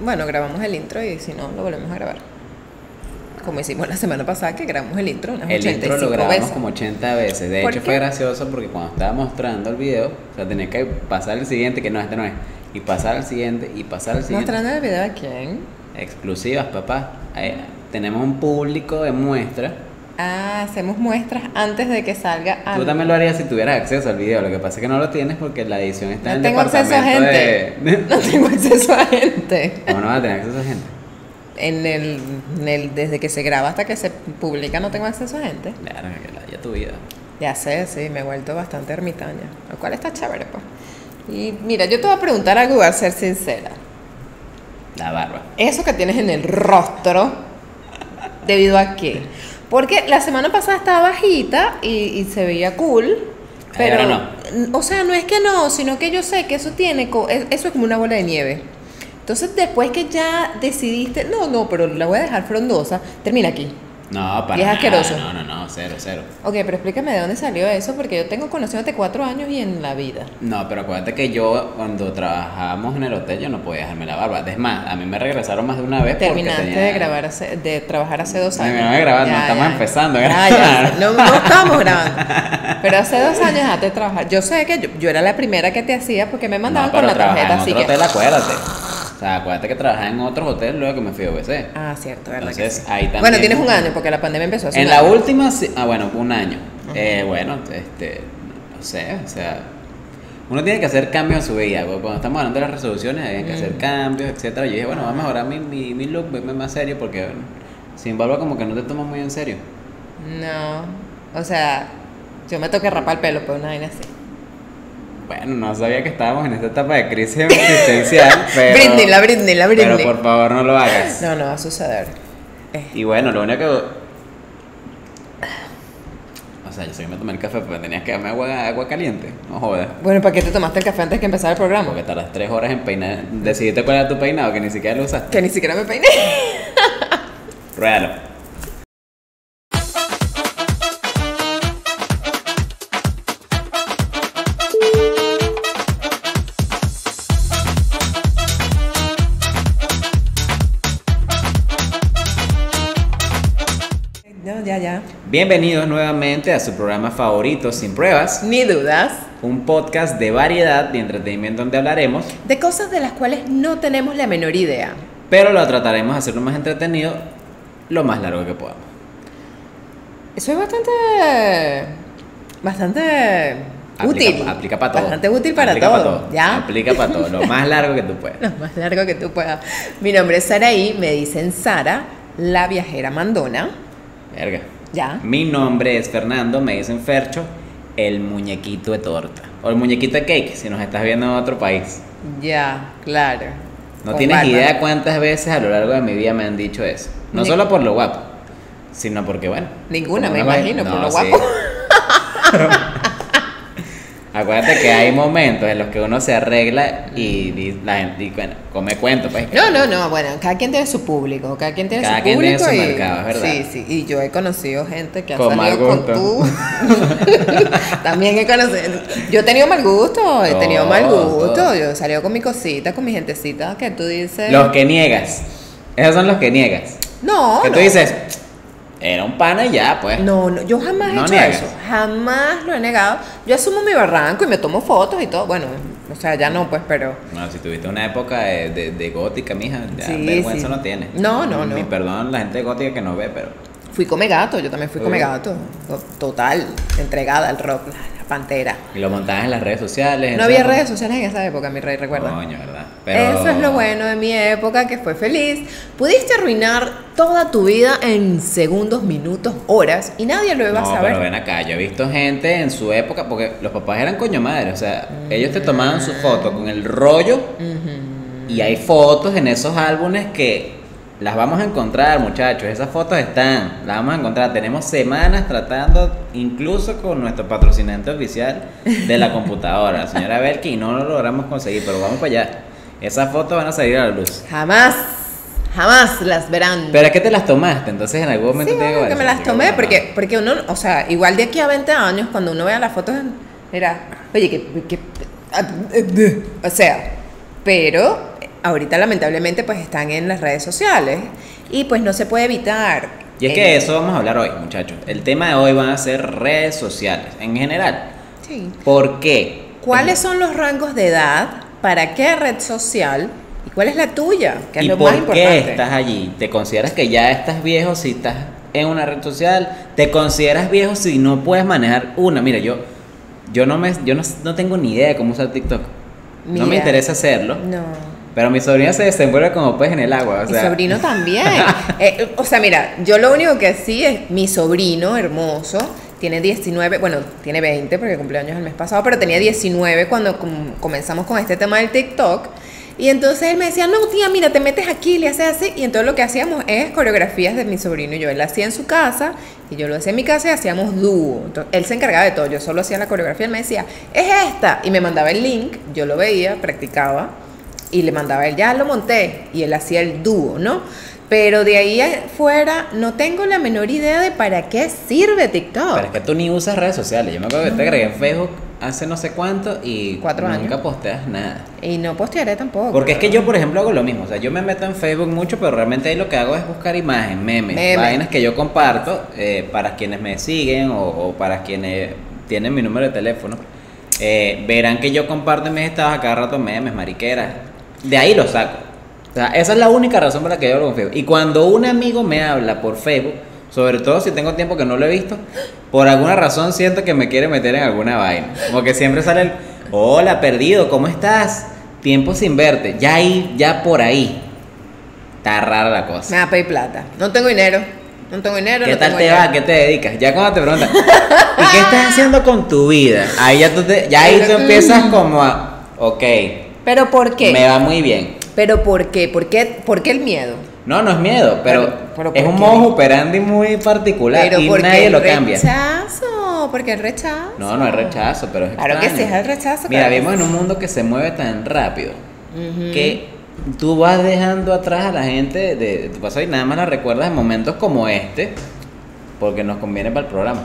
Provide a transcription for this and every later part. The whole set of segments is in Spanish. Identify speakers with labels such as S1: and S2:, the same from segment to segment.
S1: Bueno, grabamos el intro y si no, lo volvemos a grabar. Como hicimos la semana pasada que grabamos el intro unas
S2: El
S1: 85
S2: intro lo grabamos
S1: veces.
S2: como 80 veces. De
S1: ¿Por
S2: hecho,
S1: qué?
S2: fue gracioso porque cuando estaba mostrando el video, o sea, tenía que pasar al siguiente, que no, este no es. Y pasar al siguiente, y pasar al siguiente.
S1: ¿Mostrando el video a quién?
S2: Exclusivas, papá. Ahí, tenemos un público de muestra.
S1: Ah, hacemos muestras antes de que salga algo.
S2: Tú también lo harías si tuvieras acceso al video. Lo que pasa es que no lo tienes porque la edición está en
S1: No
S2: el
S1: tengo acceso a
S2: departamento
S1: gente.
S2: de-
S1: No tengo acceso a gente.
S2: ¿Cómo no vas a tener acceso a gente?
S1: En el, en el- desde que se graba hasta que se publica no tengo acceso a gente.
S2: Claro, que la ya tu vida.
S1: Ya sé, sí, me he vuelto bastante ermitaña, lo cual está chévere, pues. Y mira, yo te voy a preguntar algo, y voy a ser sincera.
S2: La barba.
S1: Eso que tienes en el rostro, ¿debido a qué? Porque la semana pasada estaba bajita y, y se veía cool, pero...
S2: ahora
S1: O sea, no es que no, sino que yo sé que eso tiene... co- es- Eso es como una bola de nieve. Entonces, después que ya decidiste, no, no, pero la voy a dejar frondosa, termina aquí.
S2: No, para
S1: Y es
S2: nada.
S1: asqueroso.
S2: No, no, no, cero, cero.
S1: Ok, pero explícame de dónde salió eso, porque yo tengo conociéndote cuatro años y en la vida.
S2: No, pero acuérdate que yo cuando trabajábamos en el hotel yo no podía dejarme la barba. Es más, a mí me regresaron más de una vez. ¿Eh? porque
S1: Terminaste
S2: tenía-
S1: de grabar hace- de trabajar hace dos
S2: No,
S1: años.
S2: no, no, grabar, no, estamos empezando a
S1: Ah, ya sé.
S2: grabar.
S1: no, no estamos grabando. Pero hace dos años dejaste de trabajar. Yo sé que yo, yo era la primera que te hacía porque me mandaban
S2: No,
S1: con
S2: pero
S1: la
S2: trabajaba
S1: tarjeta,
S2: en
S1: así
S2: otro
S1: que.
S2: hotel, acuérdate. O sea, acuérdate que trabajaba en otros hoteles luego que me fui a OBC.
S1: Ah, cierto, verdad. que
S2: Entonces,
S1: sí.
S2: ahí también-
S1: Bueno, tienes un año porque la pandemia empezó hace
S2: En
S1: un
S2: la
S1: año.
S2: última, sí- ah, bueno, un año. Eh, bueno, este, no sé, o sea, uno tiene que hacer cambios a su vida. porque Cuando estamos hablando de las resoluciones, hay que hacer cambios, etcétera. Yo dije, bueno, voy a mejorar mi, mi, mi look, verme más serio, porque bueno, sin barba como que no te tomas muy en serio.
S1: No. O sea, yo me toqué rapar el pelo, pero una vaina así.
S2: Bueno, no sabía que estábamos en esta etapa de crisis existencial, pero...
S1: Britney, la Britney, la Britney.
S2: Pero por favor no lo hagas.
S1: No, no va a suceder. Eh,
S2: Y bueno, lo único que... O sea, yo sé que me tomé el café, pero tenías que darme agua, agua caliente. No jodas.
S1: Bueno, ¿para qué te tomaste el café antes que empezar el programa?
S2: Porque tardas tres horas en peinar. Decidiste cuál era tu peinado, que ni siquiera lo usaste.
S1: Que ni siquiera me peiné.
S2: Pruébalo.
S1: No, ya, ya.
S2: Bienvenidos nuevamente a su programa favorito, Sin Pruebas.
S1: Ni dudas.
S2: Un podcast de variedad y entretenimiento donde hablaremos,
S1: de cosas de las cuales no tenemos la menor idea.
S2: pero lo trataremos de hacerlo más entretenido lo más largo que podamos.
S1: Eso es bastante. bastante. útil.
S2: Aplica, aplica para todo.
S1: Bastante útil para
S2: Aplica
S1: todo.
S2: todo.
S1: ¿Ya?
S2: Aplica para todo, lo más largo que tú puedas.
S1: Lo más largo que tú puedas. Mi nombre es Saraí, me dicen Sara, la viajera mandona.
S2: Verga.
S1: ¿Ya?
S2: Mi nombre es Fernando, me dicen Fercho, el muñequito de torta. O el muñequito de cake, si nos estás viendo en otro país.
S1: Ya, claro.
S2: No
S1: Con
S2: tienes
S1: barba.
S2: idea cuántas veces a lo largo de mi vida me han dicho eso. No
S1: Ni-
S2: solo por lo guapo, sino porque, bueno.
S1: Ninguna,
S2: como
S1: me
S2: una vaina-
S1: imagino, por
S2: No,
S1: lo
S2: sí.
S1: guapo.
S2: Acuérdate que hay momentos en los que uno se arregla y,
S1: Mm.
S2: y la gente, y bueno, come cuento, pues.
S1: No, no, no, bueno, cada quien tiene su público, cada quien tiene
S2: Cada
S1: su
S2: quien tiene
S1: público
S2: su
S1: y
S2: mercado, es verdad.
S1: Sí, sí, y yo he conocido gente que ha
S2: Con mal
S1: salido con
S2: gusto.
S1: tú. También he conocido, yo he tenido mal gusto, he tenido mal
S2: Todo,
S1: gusto,
S2: todo.
S1: yo he salido con mi cosita, con mi gentecita que tú dices.
S2: Los que niegas. Esos son los que niegas.
S1: no,
S2: que
S1: no.
S2: tú dices, era un pana y ya, pues.
S1: No, no, yo jamás he
S2: No
S1: hecho
S2: niegues.
S1: eso, jamás lo he negado. Yo asumo mi barranco y me tomo fotos y todo, bueno, o sea, ya no pues, pero
S2: No, si tuviste una época de, de- de gótica, mija, ya
S1: Sí,
S2: vergüenza
S1: sí.
S2: no tienes.
S1: No, no, no.
S2: Ni perdón la gente gótica que no ve, pero.
S1: fui come gato, yo también fui come
S2: Uh.
S1: gato, total, entregada al rock, la pantera.
S2: Y lo montabas en las redes sociales.
S1: No había
S2: etcétera.
S1: redes sociales en esa época, mi rey, recuerda.
S2: Coño, ¿verdad? Pero-
S1: Eso es lo bueno de mi época, que fue feliz. Pudiste arruinar toda tu vida en segundos, minutos, horas, y nadie lo iba
S2: No,
S1: a
S2: pero
S1: saber.
S2: ven acá, yo he visto gente en su época, porque los papás eran coño madre, o sea, ellos te tomaban su foto con el rollo y hay fotos en esos álbumes que las vamos a encontrar, muchachos, esas fotos están, las vamos a encontrar, tenemos semanas tratando, incluso con nuestro patrocinante oficial de la computadora, la señora Belki, y no lo logramos conseguir, pero vamos para allá, esas fotos van a salir a la luz.
S1: Jamás, jamás las verán.
S2: Pero es que te las tomaste, entonces en algún momento
S1: sí,
S2: te
S1: obvio que me las tomé, porque, porque uno, o sea, igual de aquí a 20 años, cuando uno vea las fotos, era, oye, que, que- ah, eh, eh", o sea, pero ahorita lamentablemente pues están en las redes sociales y pues no se puede evitar.
S2: Y es
S1: eh,
S2: que de eso vamos a hablar hoy, muchachos. El tema de hoy van a ser redes sociales, en general.
S1: Sí.
S2: ¿Por qué?
S1: ¿Cuáles son los rangos de edad? ¿Para qué red social? ¿Y cuál es la tuya? Que es
S2: ¿Y
S1: lo
S2: por
S1: más
S2: qué
S1: importante.
S2: estás allí? ¿Te consideras que ya estás viejo si estás en una red social? ¿Te consideras viejo si no puedes manejar una? Mira, yo, yo, no, me, yo no, no tengo ni idea de cómo usar TikTok. No me
S1: Mira.
S2: interesa hacerlo.
S1: No.
S2: Pero mi sobrina se desenvuelve como pez en el agua. O
S1: Mi
S2: sea,
S1: sobrino también. Eh, o sea, mira, yo lo único que sí es mi sobrino hermoso. Tiene 19, bueno, tiene 20 porque cumpleaños el mes pasado, pero tenía 19 cuando com- comenzamos con este tema del TikTok. Y entonces él me decía, no, tía, mira, te metes aquí, le haces así. Y entonces lo que hacíamos es coreografías de mi sobrino y yo. Él la hacía en su casa y yo lo hacía en mi casa y hacíamos dúo. Entonces, él se encargaba de todo, yo solo hacía la coreografía. Él me decía, es esta. Y me mandaba el link, yo lo veía, practicaba y le mandaba él, ya lo monté, y él hacía el dúo, ¿no? Pero de ahí afuera no tengo la menor idea de para qué sirve TikTok.
S2: Pero es que tú ni usas redes sociales. Yo me acuerdo que te agregué en Facebook hace no sé cuánto y
S1: Cuatro
S2: nunca
S1: años.
S2: posteas nada.
S1: Y no postearé tampoco.
S2: Porque es que yo, por ejemplo, hago lo mismo. O sea, yo me meto en Facebook mucho, pero realmente ahí lo que hago es buscar imágenes, memes,
S1: Memes.
S2: vainas que yo comparto eh, para quienes me siguen o, o para quienes tienen mi número de teléfono. Eh, verán que yo comparto en mis estados a cada rato memes, mariqueras. De ahí lo saco. O sea, esa es la única razón por la que yo lo confío. Y cuando un amigo me habla por Facebook, sobre todo si tengo tiempo que no lo he visto, por alguna razón siento que me quiere meter en alguna vaina. Como que siempre sale el, hola, perdido, ¿cómo estás? Tiempo sin verte. Ya ahí, ya por ahí. Está rara la
S1: Me
S2: cosa.
S1: da pay plata. No tengo dinero. No tengo dinero.
S2: ¿Qué
S1: no
S2: tal
S1: tengo
S2: te
S1: dinero.
S2: va? ¿A qué te dedicas? Ya cuando te preguntan, ¿y qué estás haciendo con tu vida? Ahí ya tú, te- ya ahí tú empiezas como a, ok,
S1: ¿Pero por Mm. qué?
S2: me va muy bien.
S1: ¿Pero por qué? ¿Por qué, por qué el miedo?
S2: No, no es miedo, pero,
S1: Pero- pero
S2: es
S1: ¿por
S2: un
S1: qué?
S2: modo operandi muy particular
S1: ¿Pero
S2: y
S1: por qué
S2: nadie
S1: el
S2: lo cambia.
S1: rechazo? ¿Por qué el rechazo?
S2: No, no es rechazo, pero es
S1: Claro que
S2: extraño.
S1: sí es el rechazo,
S2: Mira,
S1: claro que
S2: vivimos en
S1: sí. Mm.
S2: un mundo que se mueve tan rápido
S1: Ujú.
S2: que tú vas dejando atrás a la gente de, de tu pasado y nada más la recuerdas en momentos como este porque nos conviene para el programa.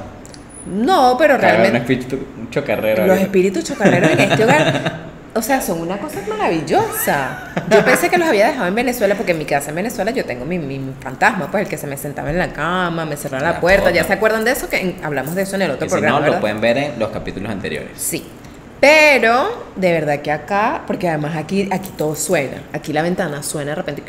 S1: No, pero
S2: Claro, un
S1: realmente...
S2: espíritu un chocarrero.
S1: Los
S2: ahorita.
S1: espíritus chocarreros en este hogar, o sea, son una cosa maravillosa. Yo pensé que los había dejado en Venezuela, porque en mi casa en Venezuela yo tengo mi, mi- mi fantasma, pues el que se me sentaba en la cama, me cerraba la,
S2: La
S1: puerta. ¿Ya
S2: foto.
S1: se acuerdan de eso? Que en- hablamos de eso en el otro
S2: Que si
S1: programa.
S2: no, lo
S1: ¿verdad?
S2: pueden ver en los capítulos anteriores.
S1: Sí. Pero, de verdad que acá, porque además aquí, aquí todo suena. Aquí la ventana suena de repente.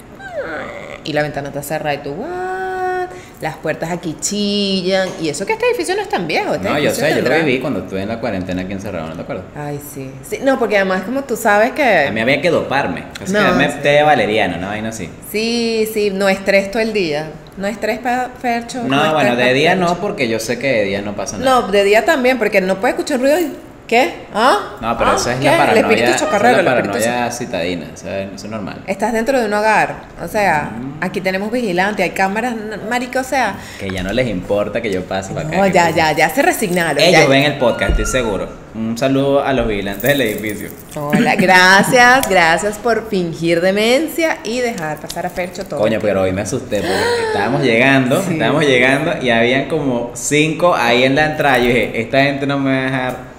S1: Y la ventana está cerrada y tú, ¿what? Las puertas aquí chillan. Y eso que este edificio no es tan viejo. este
S2: No, yo
S1: edificio
S2: sé, yo lo
S1: tendrá-
S2: viví cuando estuve en la cuarentena aquí encerrado, ¿no te acuerdas?
S1: Ay, sí. sí. No, porque además, como tú sabes
S2: A mí
S1: que.
S2: había que doparme. Así
S1: Eh. No,
S2: que me
S1: sí.
S2: té valeriano, ¿no? Ahí no sí.
S1: Sí, sí, no estrés todo el día. No estrés, pa- Fercho.
S2: No,
S1: estrés,
S2: bueno, de
S1: pa-
S2: día no, pues,
S1: Fercho.
S2: porque yo sé que de día no pasa nada.
S1: No, de día también, porque no puedes escuchar ruido y. ¿Qué? ¿Ah?
S2: No, pero
S1: ¿Ah?
S2: esa es
S1: ¿Qué?
S2: la paranoia,
S1: El espíritu
S2: esa es
S1: chocarrero,
S2: la
S1: el espíritu
S2: paranoia citadina, o sea, eso es normal.
S1: Estás dentro de un hogar. O sea,
S2: Mm.
S1: aquí tenemos vigilante, hay cámaras, n- marico, o sea.
S2: Que ya no les importa que yo pase para acá.
S1: No,
S2: que
S1: ya,
S2: pase.
S1: ya, ya se resignaron. ya-
S2: Ellos ven el podcast, estoy seguro. Un saludo a los vigilantes del edificio.
S1: Hola, gracias, gracias por fingir demencia y dejar pasar a Fercho todo.
S2: Coño, pero hoy me asusté porque estábamos llegando,
S1: Sí.
S2: estábamos llegando y habían como cinco ahí en la entrada. Yo dije, esta gente no me va a dejar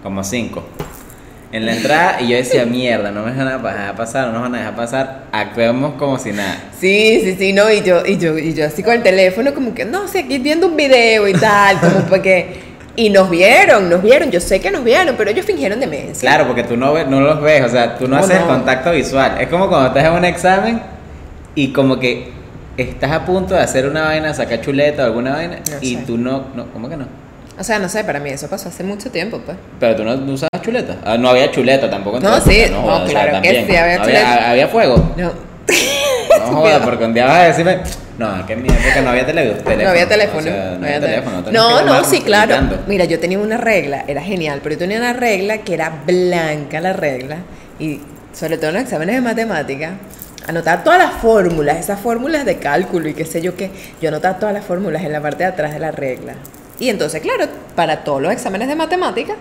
S2: como cinco. En la entrada y yo decía, mierda, no me van a dejar pasar, no nos van a dejar pasar. Actuemos como si nada.
S1: Sí, sí, sí, no, y yo, y yo, y yo así con el teléfono, como que, no, sé, aquí viendo un video y tal, como porque. Y nos vieron, nos vieron, yo sé que nos vieron, pero ellos fingieron demencia.
S2: Claro, porque tú no, ves, no los ves, o sea, tú no
S1: No,
S2: haces
S1: no.
S2: contacto visual. Es como cuando estás en un examen y como que estás a punto de hacer una vaina, sacar chuleta o alguna vaina,
S1: No
S2: y
S1: sé.
S2: tú no, no, ¿cómo que no?
S1: O sea, no sé, para mí eso pasó hace mucho tiempo, pues.
S2: Pero tú no, no usabas chuleta. Ah, no había chuleta tampoco. en
S1: No,
S2: tu época,
S1: sí. No,
S2: jodas, o sea,
S1: claro que
S2: también.
S1: sí, había
S2: No
S1: chuleta.
S2: había fuego.
S1: No.
S2: No jodas, porque un día vas a decirme, no, que en mi época no había tele- teléfono.
S1: No había teléfono.
S2: o sea, no, había teléfono. tenías que
S1: No, no,
S2: llamar
S1: sí, claro.
S2: gritando.
S1: Mira, yo tenía una regla, era genial, pero yo tenía una regla que era blanca la regla, y sobre todo en los exámenes de matemática, anotar todas las fórmulas, esas fórmulas de cálculo y qué sé yo qué, yo anotaba todas las fórmulas en la parte de atrás de la regla. Y entonces, claro, para todos los exámenes de matemática,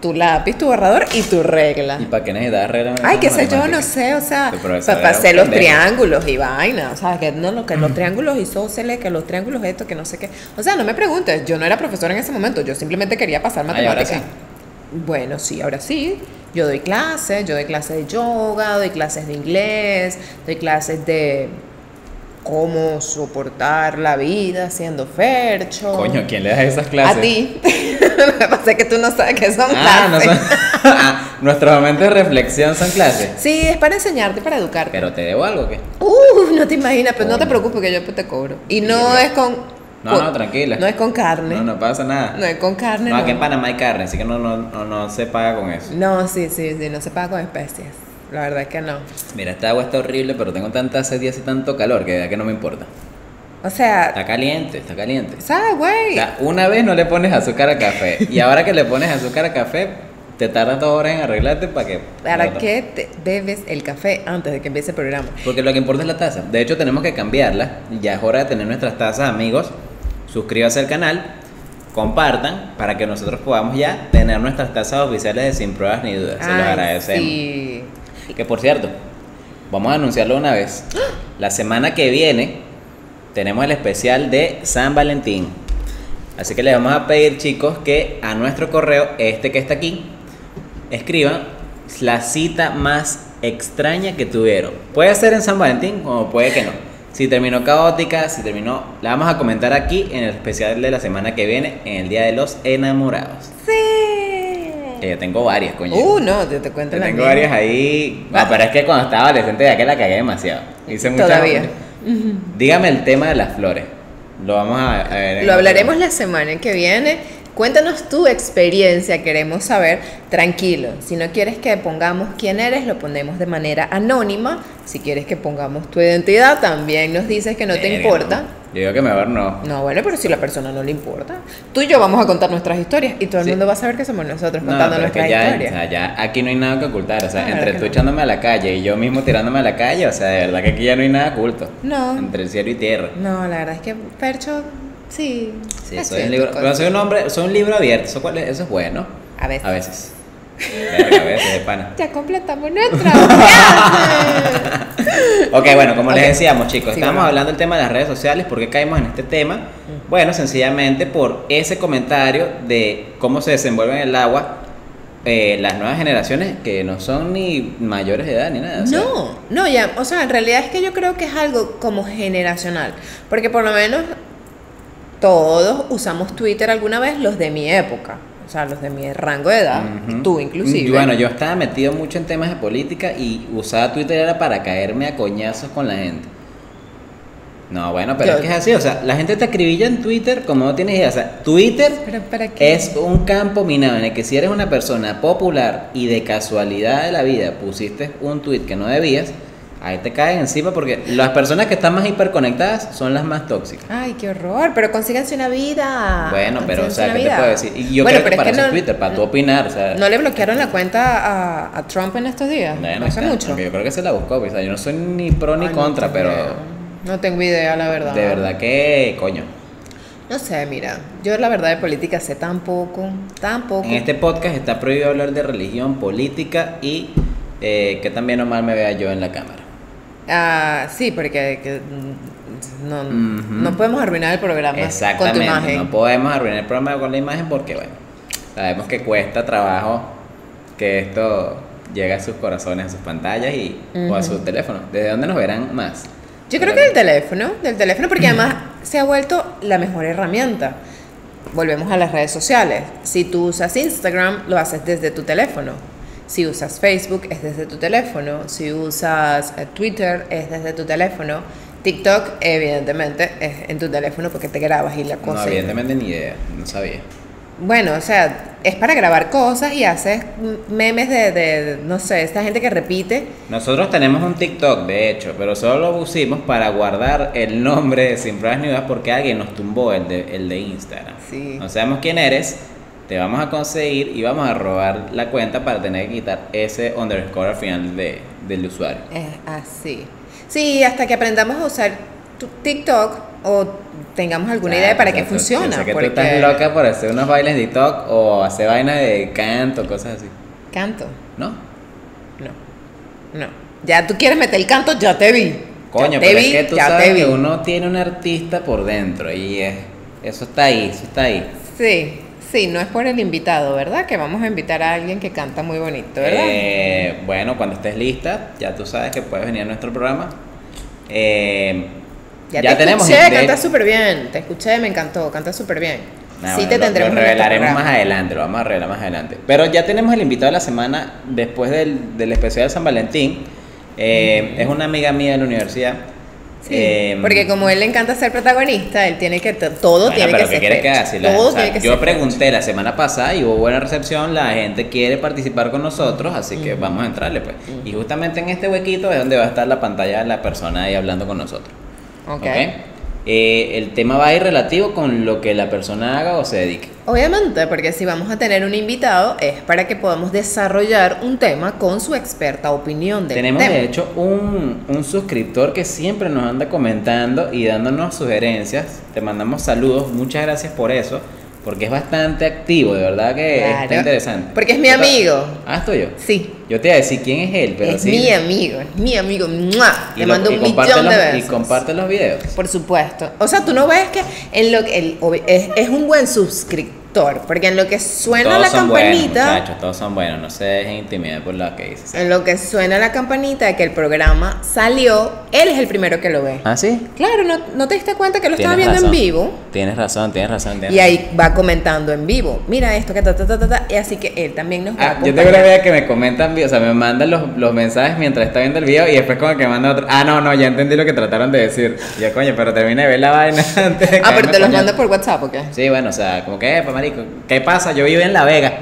S1: tu lápiz, tu borrador y tu regla.
S2: ¿Y para qué necesitas reglas?
S1: Ay, qué sé yo, no sé, o sea,
S2: Tu profesor
S1: para
S2: era Mm. un
S1: hacer los
S2: pendejo.
S1: triángulos y vaina, o sea, que, no, lo- que los triángulos isósceles, que los triángulos esto, que no sé qué. O sea, no me preguntes, yo no era profesora en ese momento, yo simplemente quería pasar
S2: Ay, Ah, ahora
S1: matemáticas. Bueno, sí, ahora sí, Yo doy clases, yo doy clases de yoga, doy clases de inglés, doy clases de cómo soportar la vida siendo fercho.
S2: Coño, ¿quién le da esas clases?
S1: a ti. Lo que pasa es que tú no sabes qué son
S2: Ah, no
S1: clases.
S2: son... Ah, Nuestros momentos de reflexión son clases.
S1: Sí, es para enseñarte, para educarte.
S2: Pero te debo algo, ¿qué?
S1: Uh, no te imaginas, pero no te
S2: Coño.
S1: preocupes que yo después te cobro. Y no
S2: Mierda.
S1: es con.
S2: No, no, tranquila.
S1: Pues, No es con carne.
S2: No, no pasa nada.
S1: No es con carne.
S2: No,
S1: No,
S2: aquí en Panamá hay carne, así que no, no, no, no se paga con eso.
S1: No, sí, sí, sí, no se paga con especies. La verdad es que no.
S2: Mira, esta agua está horrible, pero tengo tanta sed y hace tanto calor que de verdad que no me importa.
S1: O sea,
S2: Está caliente, está caliente.
S1: ¿sabes,
S2: O
S1: güey?
S2: sea, una vez no le pones azúcar a café y ahora que le pones azúcar a café, te tardas dos horas en arreglarte para que...
S1: ¿Para
S2: no,
S1: qué te bebes el café antes de que empiece el programa?
S2: Porque lo que importa es la taza. De hecho, tenemos que cambiarla. Ya es hora de tener nuestras tazas, amigos. Suscríbase al canal, compartan para que nosotros podamos ya tener nuestras tazas oficiales de sin pruebas ni dudas. Se los
S1: Ay,
S2: agradecemos.
S1: Sí.
S2: Que por cierto, vamos a anunciarlo una vez. La semana que viene tenemos el especial de San Valentín. Así que les vamos a pedir, chicos, que a nuestro correo, este que está aquí, escriban la cita más extraña que tuvieron. Puede ser en San Valentín o puede que no. Si terminó caótica, si terminó, la vamos a comentar aquí en el especial de la semana que viene, en el Día de los Enamorados.
S1: Sí.
S2: Que yo tengo varias, Eh, coño.
S1: Uh, no, yo te cuento
S2: Yo
S1: la
S2: tengo
S1: mía.
S2: varias ahí. No,
S1: Va.
S2: pero es que cuando estaba adolescente de aquel la cagué demasiado. Hice muchas
S1: Todavía.
S2: Dígame el tema de las flores. Lo vamos a, a ver. en
S1: Lo
S2: otro
S1: hablaremos
S2: momento.
S1: la semana que viene. Cuéntanos tu experiencia, queremos saber. Tranquilo, si no quieres que pongamos quién eres, lo ponemos de manera anónima. Si quieres que pongamos tu identidad, también nos dices que no te
S2: Verga,
S1: importa.
S2: no. Yo digo que mejor no.
S1: No, bueno, pero si a la persona no le importa. Tú y yo vamos a contar nuestras historias y todo el
S2: Sí.
S1: mundo va a saber que somos nosotros
S2: No,
S1: contando
S2: pero es
S1: nuestras
S2: que ya,
S1: historias.
S2: o sea, ya aquí no hay nada que ocultar. O sea,
S1: Ah,
S2: entre
S1: verdad
S2: tú
S1: que no.
S2: echándome a la calle y yo mismo tirándome a la calle, o sea, de verdad que aquí ya no hay nada oculto.
S1: No.
S2: Entre el cielo y tierra.
S1: No, la verdad es que Percho, sí.
S2: Sí,
S1: es
S2: soy un
S1: cierto,
S2: libro.
S1: coño.
S2: Pero soy un hombre, soy un libro abierto. Eso, cuál es- eso es bueno.
S1: A veces.
S2: A veces. Verga, a veces, de pana.
S1: Ya completamos nuestra frase.
S2: Ok, bueno, como
S1: Ok.
S2: les decíamos, chicos,
S1: Sí,
S2: estamos
S1: vamos.
S2: hablando del tema de las redes sociales. ¿Por qué caímos en este tema?
S1: Mm.
S2: Bueno, sencillamente por ese comentario de cómo se desenvuelve en el agua eh, las nuevas generaciones que no son ni mayores de edad ni nada. o sea,
S1: No, no, ya, o sea, en realidad es que yo creo que es algo como generacional, porque por lo menos todos usamos Twitter alguna vez, los de mi época, o sea, los de mi rango de edad,
S2: ujú.
S1: tú inclusive.
S2: Y Bueno, yo estaba metido mucho en temas de política y usaba Twitter era para caerme a coñazos con la gente. No, bueno, pero
S1: Yo-
S2: es que es así, o sea, la gente te acribilla en Twitter como no tienes idea, o sea, Twitter
S1: Pero para qué?
S2: Es un campo minado en el que si eres una persona popular y de casualidad de la vida pusiste un tweet que no debías, ahí te caes encima porque las personas que están más hiperconectadas son las más tóxicas.
S1: Ay, qué horror, pero consíganse una vida.
S2: bueno, pero o sea,
S1: consíganse
S2: ¿qué
S1: Ah,
S2: te
S1: una
S2: puedo
S1: vida.
S2: decir? Y yo
S1: Bueno,
S2: creo que
S1: pero
S2: para
S1: es
S2: eso es
S1: no-
S2: Twitter, para tú opinar, o sea,
S1: No le bloquearon la cuenta a, a Trump en estos días,
S2: bueno,
S1: no hace
S2: está,
S1: mucho.
S2: aunque Yo creo que se la buscó, pues, o sea, yo no soy ni pro ni
S1: Ay, no
S2: contra,
S1: tengo
S2: pero
S1: idea. No tengo idea, la verdad.
S2: de verdad que, coño.
S1: No sé, mira, yo la verdad de política sé tan poco, tan poco.
S2: En este podcast está prohibido hablar de religión, política y eh, que también normal me vea yo en la cámara.
S1: Ah, sí, porque que, mm, no,
S2: Ujú.
S1: no podemos arruinar el programa con tu
S2: Exactamente,
S1: imagen.
S2: no podemos arruinar el programa con la imagen porque, bueno, sabemos que cuesta trabajo que esto llegue a sus corazones, a sus pantallas y, o a sus teléfonos. ¿Desde dónde nos verán más?
S1: Yo creo que del teléfono, del teléfono, porque además se ha vuelto la mejor herramienta. Volvemos a las redes sociales. Si tú usas Instagram, lo haces desde tu teléfono. Si usas Facebook, es desde tu teléfono. Si usas eh, Twitter, es desde tu teléfono. TikTok, evidentemente, es en tu teléfono porque te grabas y la
S2: No,
S1: cosa.
S2: evidentemente ni idea, no sabía.
S1: Bueno, o sea, es para grabar cosas y haces memes de, de- no sé, esta gente que repite.
S2: Nosotros tenemos un TikTok, de hecho, pero solo lo pusimos para guardar el nombre de Sin Pruebas Ni Dudas porque alguien nos tumbó el de, el de Instagram.
S1: Sí.
S2: No sabemos quién eres, te vamos a conseguir y vamos a robar la cuenta para tener que quitar ese underscore al final de- del usuario.
S1: Es así. Sí, hasta que aprendamos a usar tu- TikTok o tengamos alguna idea de para qué
S2: Exacto. Yo
S1: funciona.
S2: sé que
S1: porque
S2: tú estás loca por hacer unos bailes de TikTok o hacer vainas de canto, cosas así.
S1: Canto.
S2: ¿No?
S1: No. No. Ya tú quieres meter el canto, ya te vi.
S2: Coño,
S1: ya te
S2: pero
S1: vi,
S2: es que tú
S1: ya te
S2: sabes
S1: vi.
S2: que uno tiene un artista por dentro y es- eso está ahí, eso está ahí.
S1: Sí, Sí, no es por el invitado, ¿verdad? Que vamos a invitar a alguien que canta muy bonito, ¿verdad?
S2: Eh, bueno, cuando estés lista, ya tú sabes que puedes venir a nuestro programa. Eh,
S1: ya, te escuché, canta súper bien. Te escuché, me encantó, canta súper bien.
S2: Nah,
S1: sí
S2: bueno,
S1: te
S2: lo-
S1: tendremos
S2: Lo
S1: en nuestro
S2: revelaremos más
S1: programa.
S2: adelante, lo vamos a revelar más adelante. Pero ya tenemos el invitado de la semana después del, del especial de San Valentín. Eh, Es una amiga mía de la universidad.
S1: Sí,
S2: Eh,
S1: porque como él le encanta ser protagonista, él tiene que t- todo
S2: bueno,
S1: tiene
S2: pero
S1: que
S2: ¿qué
S1: ser
S2: quieres que
S1: fecho.
S2: haga? Si la-
S1: todo
S2: o sea,
S1: tiene que
S2: yo
S1: ser fecho.
S2: pregunté la semana pasada y hubo buena recepción, la gente quiere participar con nosotros, así que vamos a entrarle pues. Y justamente en este huequito es donde va a estar la pantalla de la persona ahí hablando con nosotros.
S1: Ok.
S2: ¿ok? Eh, el tema va a ir relativo con lo que la persona haga o se dedique.
S1: Obviamente, porque si vamos a tener un invitado es para que podamos desarrollar un tema con su experta opinión del
S2: Tenemos
S1: tema.
S2: de hecho un, un suscriptor que siempre nos anda comentando y dándonos sugerencias. Te mandamos saludos, muchas gracias por eso, porque es bastante activo, de verdad que
S1: Claro,
S2: está interesante.
S1: porque es mi
S2: Yo ta-
S1: amigo.
S2: Ah, es tuyo.
S1: Sí,
S2: Yo te iba a decir quién es él, pero
S1: es
S2: sí.
S1: mi amigo, es mi amigo. ¡Mua!
S2: Y
S1: Le
S2: lo-
S1: mando
S2: y
S1: un
S2: comparte
S1: millón de Pues
S2: los- Y
S1: veces.
S2: comparte los videos.
S1: Por supuesto. O sea, tú no ves que en lo que el- obvi- es, es un buen suscriptor, porque en lo que suena
S2: todos
S1: la
S2: son
S1: campanita, Eh,
S2: buenos, muchachos, todos son buenos. No se dejen intimidar por lo que dices.
S1: en lo que suena la campanita de que el programa salió, él es el primero que lo ve.
S2: ¿Ah, sí?
S1: Claro, no, no te diste cuenta que lo estaba
S2: Tienes
S1: viendo
S2: razón.
S1: en vivo.
S2: Tienes razón, tienes razón. tienes
S1: Y ahí va comentando en vivo. Mira esto, que ta, ta, ta, ta, ta. Y así que él también nos va a
S2: Ah, yo tengo
S1: acompañar.
S2: la idea que me comentan, o sea, me mandan los, los mensajes mientras está viendo el video y después como que manda otro. Ah, no, no, ya entendí lo que trataron de decir. Ya, coño, pero terminé de ver la vaina antes de
S1: Ah, pero
S2: caerme
S1: te los
S2: coñazo.
S1: mando por WhatsApp, ¿o qué?
S2: Sí, bueno, o sea, como que, "Epa, marico, ¿qué pasa? Yo vivo en La Vega.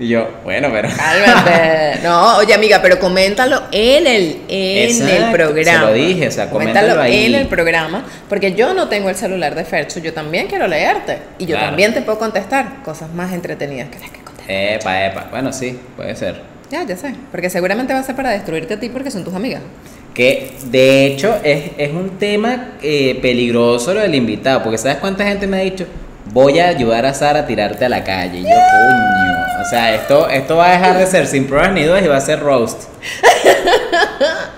S2: Y yo, bueno, pero...
S1: Cálmate. No, oye amiga, pero coméntalo en el, en
S2: Exacto,
S1: el programa.
S2: se lo dije, o sea, coméntalo ahí.
S1: en el programa, porque yo no tengo el celular de Fercho, yo también quiero leerte y yo
S2: Claro.
S1: también te puedo contestar cosas más entretenidas que las que contestar.
S2: Epa, epa, bueno, sí, puede ser.
S1: Ya, ya sé, porque seguramente va a ser para destruirte a ti porque son tus amigas.
S2: Que de hecho es, es un tema eh, peligroso lo del invitado, porque ¿sabes cuánta gente me ha dicho? Voy a ayudar a Sara a tirarte a la calle. Y yo, coño. O sea, esto, esto va a dejar de ser sin pruebas ni dudas y va a ser roast.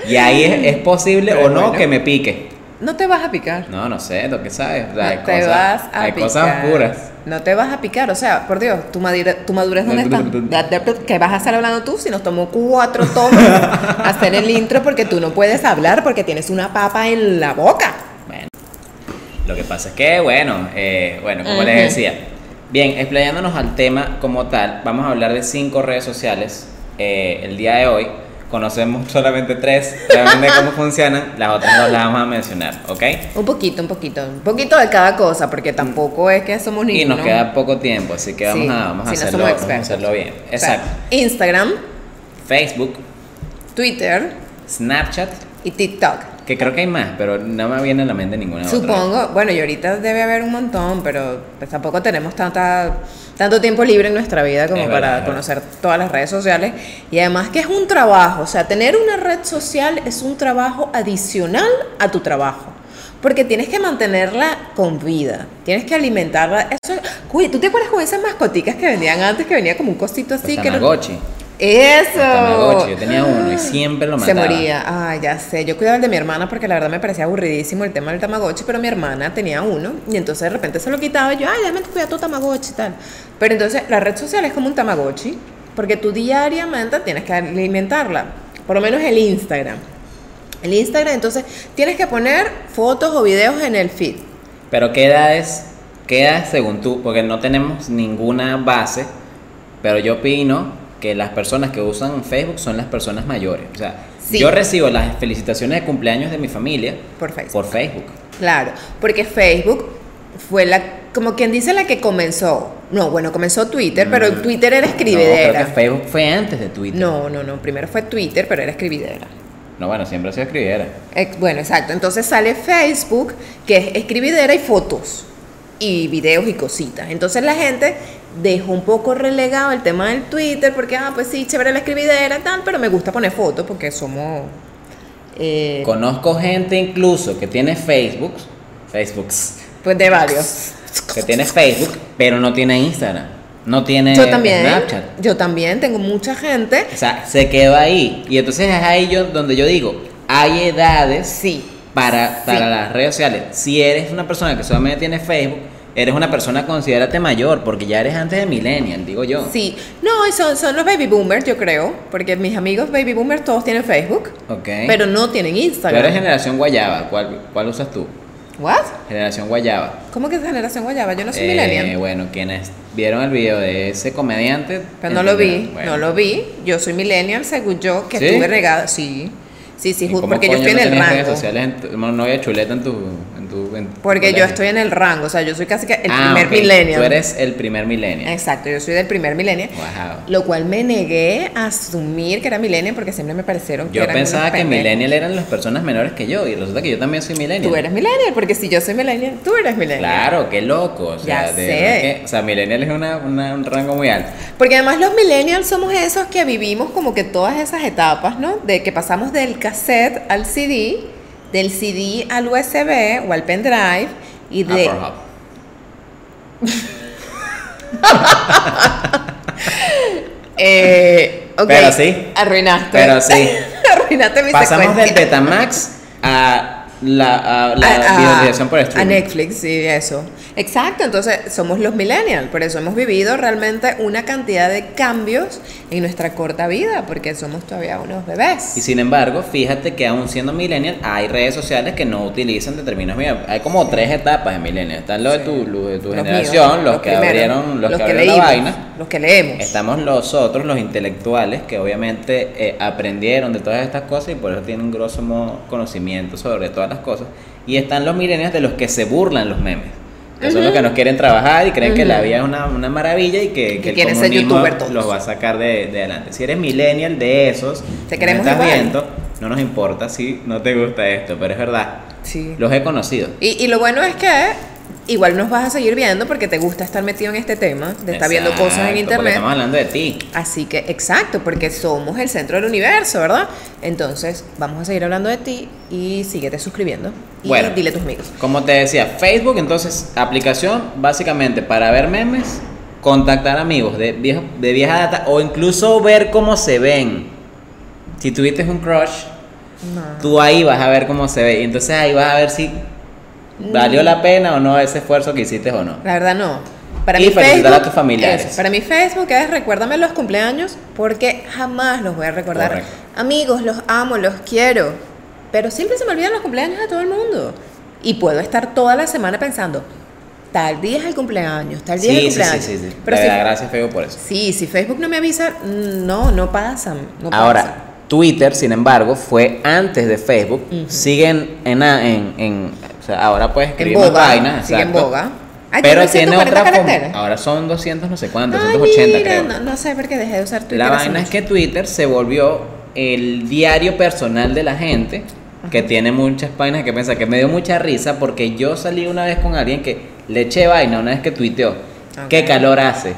S2: Y ahí es, es posible
S1: Pero
S2: o no
S1: bueno.
S2: que me pique.
S1: No te vas a picar.
S2: No, no sé, lo que sabes. O sea, hay
S1: No te
S2: cosas-
S1: vas a
S2: Hay
S1: picar.
S2: cosas puras.
S1: No te vas a picar, o sea, por Dios, tu, madura- tu madurez dónde está. ¿Qué vas a estar hablando tú si nos tomó cuatro tomas hacer el intro porque tú no puedes hablar porque tienes una papa en la boca?
S2: Bueno. Lo que pasa es que, bueno, eh, bueno, como
S1: Ujú.
S2: les decía. Bien, explayándonos al tema como tal, vamos a hablar de cinco redes sociales eh, el día de hoy. Conocemos solamente tres, realmente cómo funcionan, las otras dos las vamos a mencionar, ¿ok?
S1: Un poquito, un poquito, un poquito de cada cosa porque tampoco es que somos
S2: Y
S1: ninguno.
S2: nos queda poco tiempo, así que vamos,
S1: Sí,
S2: a, vamos, a,
S1: sí, no
S2: hacerlo,
S1: somos
S2: vamos a
S1: expertos.
S2: hacerlo bien.
S1: O sea,
S2: Exacto.
S1: Instagram,
S2: Facebook,
S1: Twitter
S2: Snapchat,
S1: y TikTok.
S2: que creo que hay más, pero no me viene a la mente ninguna otra.
S1: Supongo, bueno, y ahorita debe haber un montón, pero pues tampoco tenemos tanta, tanto tiempo libre en nuestra vida como
S2: Es verdad,
S1: para
S2: es verdad.
S1: conocer todas las redes sociales. Y además que es un trabajo, o sea, tener una red social es un trabajo adicional a tu trabajo. Porque tienes que mantenerla con vida, tienes que alimentarla. Eso, uy, ¿tú te acuerdas con esas mascoticas que vendían antes, que venía como un cosito
S2: Los
S1: así? Que era-
S2: Tamagotchi.
S1: Eso.
S2: Los Tamagotchi, yo tenía uno y siempre lo
S1: Se
S2: mataba.
S1: moría. Ah, ya sé. Yo cuidaba el de mi hermana porque la verdad me parecía aburridísimo el tema del Tamagotchi, pero mi hermana tenía uno y entonces de repente se lo quitaba y yo, ay, déjame cuidar tu Tamagotchi y tal. Pero entonces la red social es como un Tamagotchi porque tú diariamente tienes que alimentarla. Por lo menos el Instagram. El Instagram, entonces tienes que poner fotos o videos en el feed.
S2: Pero ¿qué edades, qué edades según tú? Porque no tenemos ninguna base, pero yo opino que las personas que usan Facebook son las personas mayores. O sea,
S1: Sí.
S2: yo recibo las felicitaciones de cumpleaños de mi familia
S1: Por Facebook.
S2: por Facebook.
S1: Claro, porque Facebook fue la, como quien dice, la que comenzó. No, bueno, comenzó Twitter, pero el Twitter era
S2: Mm. No, creo
S1: escribidera.
S2: que Facebook fue antes de Twitter.
S1: No, no, no, primero fue Twitter, pero era escribidera.
S2: No, bueno, siempre se escribiera.
S1: Ex- Bueno, exacto. Entonces sale Facebook, que es escribidera y fotos y videos y cositas. Entonces la gente dejó un poco relegado el tema del Twitter porque, ah, pues sí, chévere la escribidera y tal, pero me gusta poner fotos porque somos... eh,
S2: Conozco gente incluso que tiene Facebook, Facebook,
S1: pues de varios.
S2: que tiene Facebook, pero no tiene Instagram, no tiene
S1: Yo también,
S2: Eh, Snapchat.
S1: yo también tengo mucha gente
S2: O sea, se quedó ahí. Y entonces es ahí yo, donde yo digo, hay edades
S1: Sí.
S2: para, para las redes sociales. Si eres una persona que solamente tiene Facebook, eres una persona considerate mayor, porque ya eres antes de millennial, digo yo.
S1: Sí, no, y son, son los baby boomers, yo creo, porque mis amigos baby boomers todos tienen Facebook,
S2: Ok.
S1: pero no tienen
S2: Tú
S1: Instagram.
S2: eres generación guayaba, ¿cuál, cuál usas tú?
S1: ¿What?
S2: Generación guayaba.
S1: ¿Cómo que es generación guayaba? Yo no soy
S2: Eh,
S1: millennial.
S2: bueno, quienes vieron el video de ese comediante.
S1: Pero no lo vi,
S2: entenderán. Bueno.
S1: no lo vi. Yo soy millennial, según yo, que
S2: ¿Sí?
S1: estuve regada. Sí, sí, sí,
S2: ¿Y
S1: ju-
S2: cómo
S1: porque yo
S2: coño
S1: estoy
S2: no
S1: en el
S2: tenías redes
S1: rango.
S2: sociales en tu- no, no había chuleta en tu. En tu en tu
S1: Porque yo
S2: colegio?
S1: estoy en el rango, o sea, yo soy casi que el
S2: Ah,
S1: primer
S2: ok,
S1: millennial. Ah,
S2: Tú eres el primer millennial.
S1: Exacto, yo soy del primer millennial.
S2: Wow.
S1: Lo cual me negué a asumir que era millennial porque siempre me parecieron que
S2: Yo
S1: eran
S2: pensaba
S1: unos
S2: que
S1: pendejos.
S2: millennial eran las personas menores que yo y resulta que yo también soy millennial.
S1: Tú eres millennial, porque si yo soy millennial, tú eres millennial.
S2: Claro, qué loco. O sea,
S1: Ya
S2: de
S1: sé.
S2: verdad que- o sea, millennial es una- una- un rango muy alto.
S1: Porque además los millennials somos esos que vivimos como que todas esas etapas, ¿no? De que pasamos del cassette al CD, del CD al USB o al pendrive y de...
S2: Upper Hub.
S1: Eh, ok,
S2: Pero sí.
S1: Arruinaste.
S2: Pero sí.
S1: arruinaste mi
S2: Pasamos del
S1: secuencia.
S2: Betamax a la, a la
S1: A- a-
S2: videorealización por
S1: A
S2: streaming.
S1: Netflix, sí, eso. Exacto, entonces somos los millennials, por eso hemos vivido realmente una cantidad de cambios en nuestra corta vida, porque somos todavía unos bebés.
S2: Y sin embargo, fíjate que aún siendo millennial, hay redes sociales que no utilizan determinados medios. Hay como tres etapas de millennial. Están los de tu, los de tu
S1: Los
S2: generación,
S1: míos,
S2: los, que
S1: primeros,
S2: abrieron, los, que abrieron la
S1: leímos,
S2: vaina.
S1: Los que leemos.
S2: Estamos los otros, los intelectuales, que obviamente eh, aprendieron de todas estas cosas y por eso tienen un grosso modo conocimiento sobre todas las cosas. Y están los millennials de los que se burlan los memes. Que son los que no quieren trabajar y creen que la vida es una, una maravilla y que, que el
S1: quieren ser
S2: comunismo
S1: youtuber todos.
S2: los va a sacar de, de adelante. Si eres millennial de esos,
S1: Te
S2: no
S1: queremos
S2: estás
S1: igual.
S2: viendo, no nos importa si no te gusta esto, pero es verdad.
S1: Sí.
S2: Los he conocido.
S1: Y, y lo bueno es que igual nos vas a seguir viendo porque te gusta estar metido en este tema, de estar viendo
S2: Exacto,
S1: cosas en
S2: porque
S1: internet.
S2: Estamos hablando de ti.
S1: Así que, exacto, porque somos el centro del universo, ¿verdad? Entonces, vamos a seguir hablando de ti y síguete suscribiendo. Y
S2: Bueno.
S1: dile a tus amigos.
S2: Como te decía, Facebook, entonces, aplicación básicamente para ver memes, contactar amigos de, viejo- de vieja data o incluso ver cómo se ven. Si tuviste un crush,
S1: No.
S2: tú ahí vas a ver cómo se ve. Y entonces ahí vas a ver si
S1: Mm.
S2: valió la pena o no ese esfuerzo que hiciste o no.
S1: La verdad, no. Para
S2: Y
S1: mí
S2: felicitar
S1: Facebook,
S2: a tus familiares.
S1: eso, para mí Facebook es recuérdame los cumpleaños porque jamás los voy a recordar.
S2: Correcto.
S1: Amigos, los amo, los quiero. Pero siempre se me olvidan los cumpleaños de todo el mundo. Y puedo estar toda la semana pensando, tal día es el cumpleaños, tal día es el
S2: Sí, sí, sí,
S1: cumpleaños.
S2: sí, sí.
S1: Pero
S2: Te
S1: si,
S2: da gracias, Facebook, por eso.
S1: sí, si Facebook no me avisa, no, no pasan. no pasan.
S2: Ahora, Twitter, sin embargo, fue antes de Facebook. Siguen en, a- en, en- o sea, ahora puedes
S1: En
S2: escribir más
S1: boga.
S2: vainas,
S1: sigue en
S2: exacto.
S1: boga. Ay,
S2: pero tiene
S1: 140
S2: otra forma.
S1: caracteres.
S2: Ahora son 200 no sé cuántos,
S1: Ay,
S2: 280
S1: mira,
S2: creo.
S1: No, no sé por qué dejé de usar Twitter.
S2: la
S1: hace
S2: vaina es
S1: mucho.
S2: que Twitter se volvió el diario personal de la gente, que tiene muchas páginas que pensar que me dio mucha risa porque yo salí una vez con alguien que le eché vaina una vez que tuiteó, qué
S1: Ok.
S2: calor hace.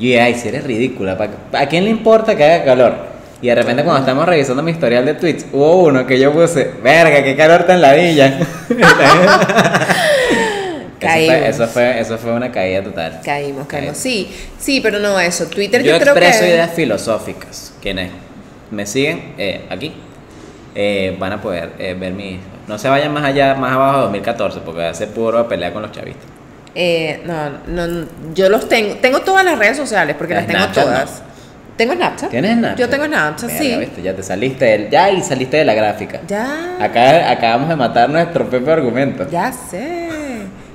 S2: Y yo, ay, si eres ridícula, ¿pa- pa- ¿a quién le importa que haga calor? Y de repente cuando estamos revisando mi historial de tweets, hubo uno que yo puse, verga, qué calor tan la villa. eso,
S1: Caímos.
S2: fue, eso, fue, eso fue una caída total.
S1: Caímos, caímos.
S2: Caímos.
S1: Sí, sí, pero no eso. Twitter yo,
S2: Yo
S1: creo
S2: expreso
S1: que.
S2: ideas filosóficas. Quienes me siguen eh, aquí eh, van a poder eh, ver mi. No se vayan más allá, más abajo de 2014, porque va a ser puro a pelear con los chavistas.
S1: Eh, no, no, no, yo los tengo. Tengo todas las redes sociales porque las
S2: Las
S1: tengo
S2: Snapchat,
S1: todas. ¿Tengo Snapchat?
S2: ¿Tienes Snapchat?
S1: Yo tengo Snapchat,
S2: Verga,
S1: sí.
S2: viste, Ya te saliste del, ya y saliste de la gráfica.
S1: Ya,
S2: Acá acabamos de matar nuestro propio argumento.
S1: ya sé.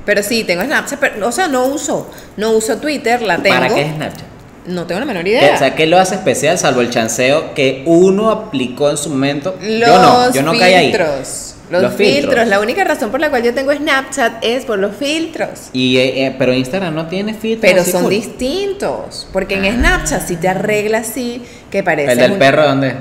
S1: Pero sí, tengo Snapchat, pero, o sea, no uso. No uso Twitter, la tengo.
S2: ¿Para qué es Snapchat?
S1: No tengo la menor
S2: ¿Qué-
S1: idea.
S2: o sea, ¿qué lo hace especial salvo el chanceo que uno aplicó en su momento?
S1: Los
S2: yo no, yo no caí ahí.
S1: filtros. Los,
S2: Los
S1: filtros.
S2: filtros.
S1: La única razón por la cual yo tengo Snapchat es por los filtros.
S2: Y, eh, eh, pero Instagram no tiene filtros.
S1: Pero
S2: así
S1: son
S2: cool. Ah.
S1: distintos. Porque en Snapchat si te arreglas así, que parece.
S2: ¿El del perro dónde? es?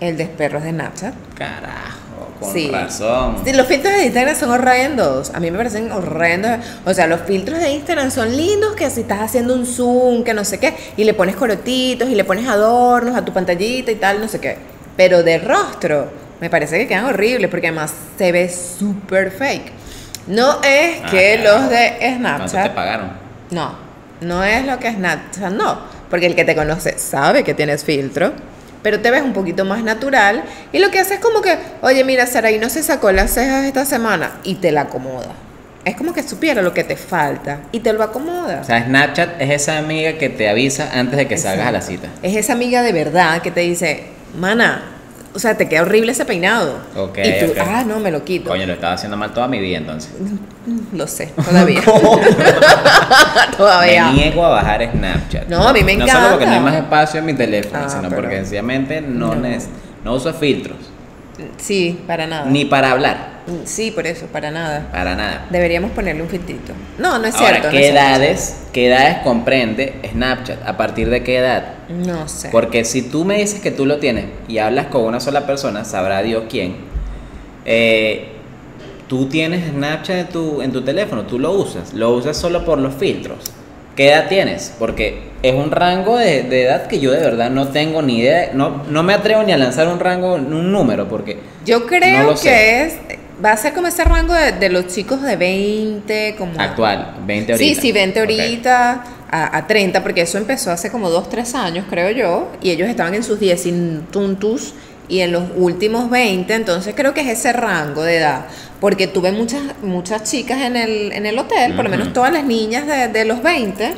S1: El de perros de Snapchat.
S2: Carajo, con
S1: Sí.
S2: razón.
S1: Sí, los filtros de Instagram son horrendos. A mí me parecen horrendos. O sea, los filtros de Instagram son lindos que si estás haciendo un zoom, que no sé qué, y le pones corotitos y le pones adornos a tu pantallita y tal, no sé qué. Pero de rostro, me parece que quedan horribles porque además se ve súper fake. No es
S2: Ah,
S1: que
S2: claro.
S1: los de
S2: ¿Cuánto te
S1: Snapchat.
S2: pagaron?
S1: No, no es lo que es Snapchat, no. Porque el que te conoce sabe que tienes filtro, pero te ves un poquito más natural. Y lo que hace es como que, oye, mira, Saraí no se sacó las cejas esta semana y te la acomoda. Es como que supiera lo que te falta y te lo acomoda.
S2: O sea, Snapchat es esa amiga que te avisa antes de que salgas a la
S1: Exacto.
S2: cita.
S1: Es esa amiga de verdad que te dice, mana, o sea, te queda horrible ese peinado.
S2: Ok,
S1: y tú,
S2: ok.
S1: ah, no, me lo quito.
S2: Coño, lo estaba haciendo mal toda mi vida entonces.
S1: Mm, Lo sé, todavía.
S2: ¿Cómo? Me
S1: todavía.
S2: niego a bajar Snapchat.
S1: No, a mí me
S2: No
S1: encanta.
S2: solo porque no hay más espacio en mi teléfono,
S1: Ah,
S2: sino
S1: pero-
S2: porque sencillamente no,
S1: No.
S2: neces- no uso filtros.
S1: Sí, para nada.
S2: Ni para hablar.
S1: Sí, por eso, para nada.
S2: Para nada.
S1: Deberíamos ponerle un filtrito. No, no es
S2: Ahora,
S1: cierto. no
S2: ¿qué
S1: es cierto.
S2: edades, ¿qué edades comprende Snapchat? ¿A partir de qué edad?
S1: No sé.
S2: Porque si tú me dices que tú lo tienes y hablas con una sola persona, sabrá Dios quién. eh, tú tienes Snapchat en tu, en tu teléfono, tú lo usas, lo usas solo por los filtros. ¿Qué edad tienes? Porque es un rango de, de edad que yo de verdad no tengo ni idea, no, no me atrevo ni a lanzar un rango, un número, porque
S1: Yo creo
S2: No lo
S1: que
S2: sé.
S1: es. Va a ser como ese rango de, de los chicos de 20, como.
S2: actual, 20 ahorita.
S1: Sí, sí, 20
S2: Ok.
S1: ahorita a, a 30, porque eso empezó hace como 2, 3 años, creo yo, y ellos estaban en sus 10 tuntus y en los últimos 20, entonces creo que es ese rango de edad, porque tuve muchas muchas chicas en el, en el hotel, por lo menos
S2: Ujú.
S1: todas las niñas de, de los 20.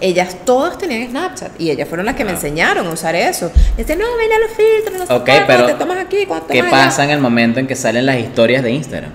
S1: Ellas todas tenían Snapchat y ellas fueron las que me
S2: Ah.
S1: enseñaron a usar eso. Dice, no, ven a los filtros, no sé
S2: Ok,
S1: cuál, cuando
S2: pero
S1: te tomas aquí, cuando te
S2: ¿Qué
S1: tomas allá".
S2: pasa en el momento en que salen las historias de Instagram?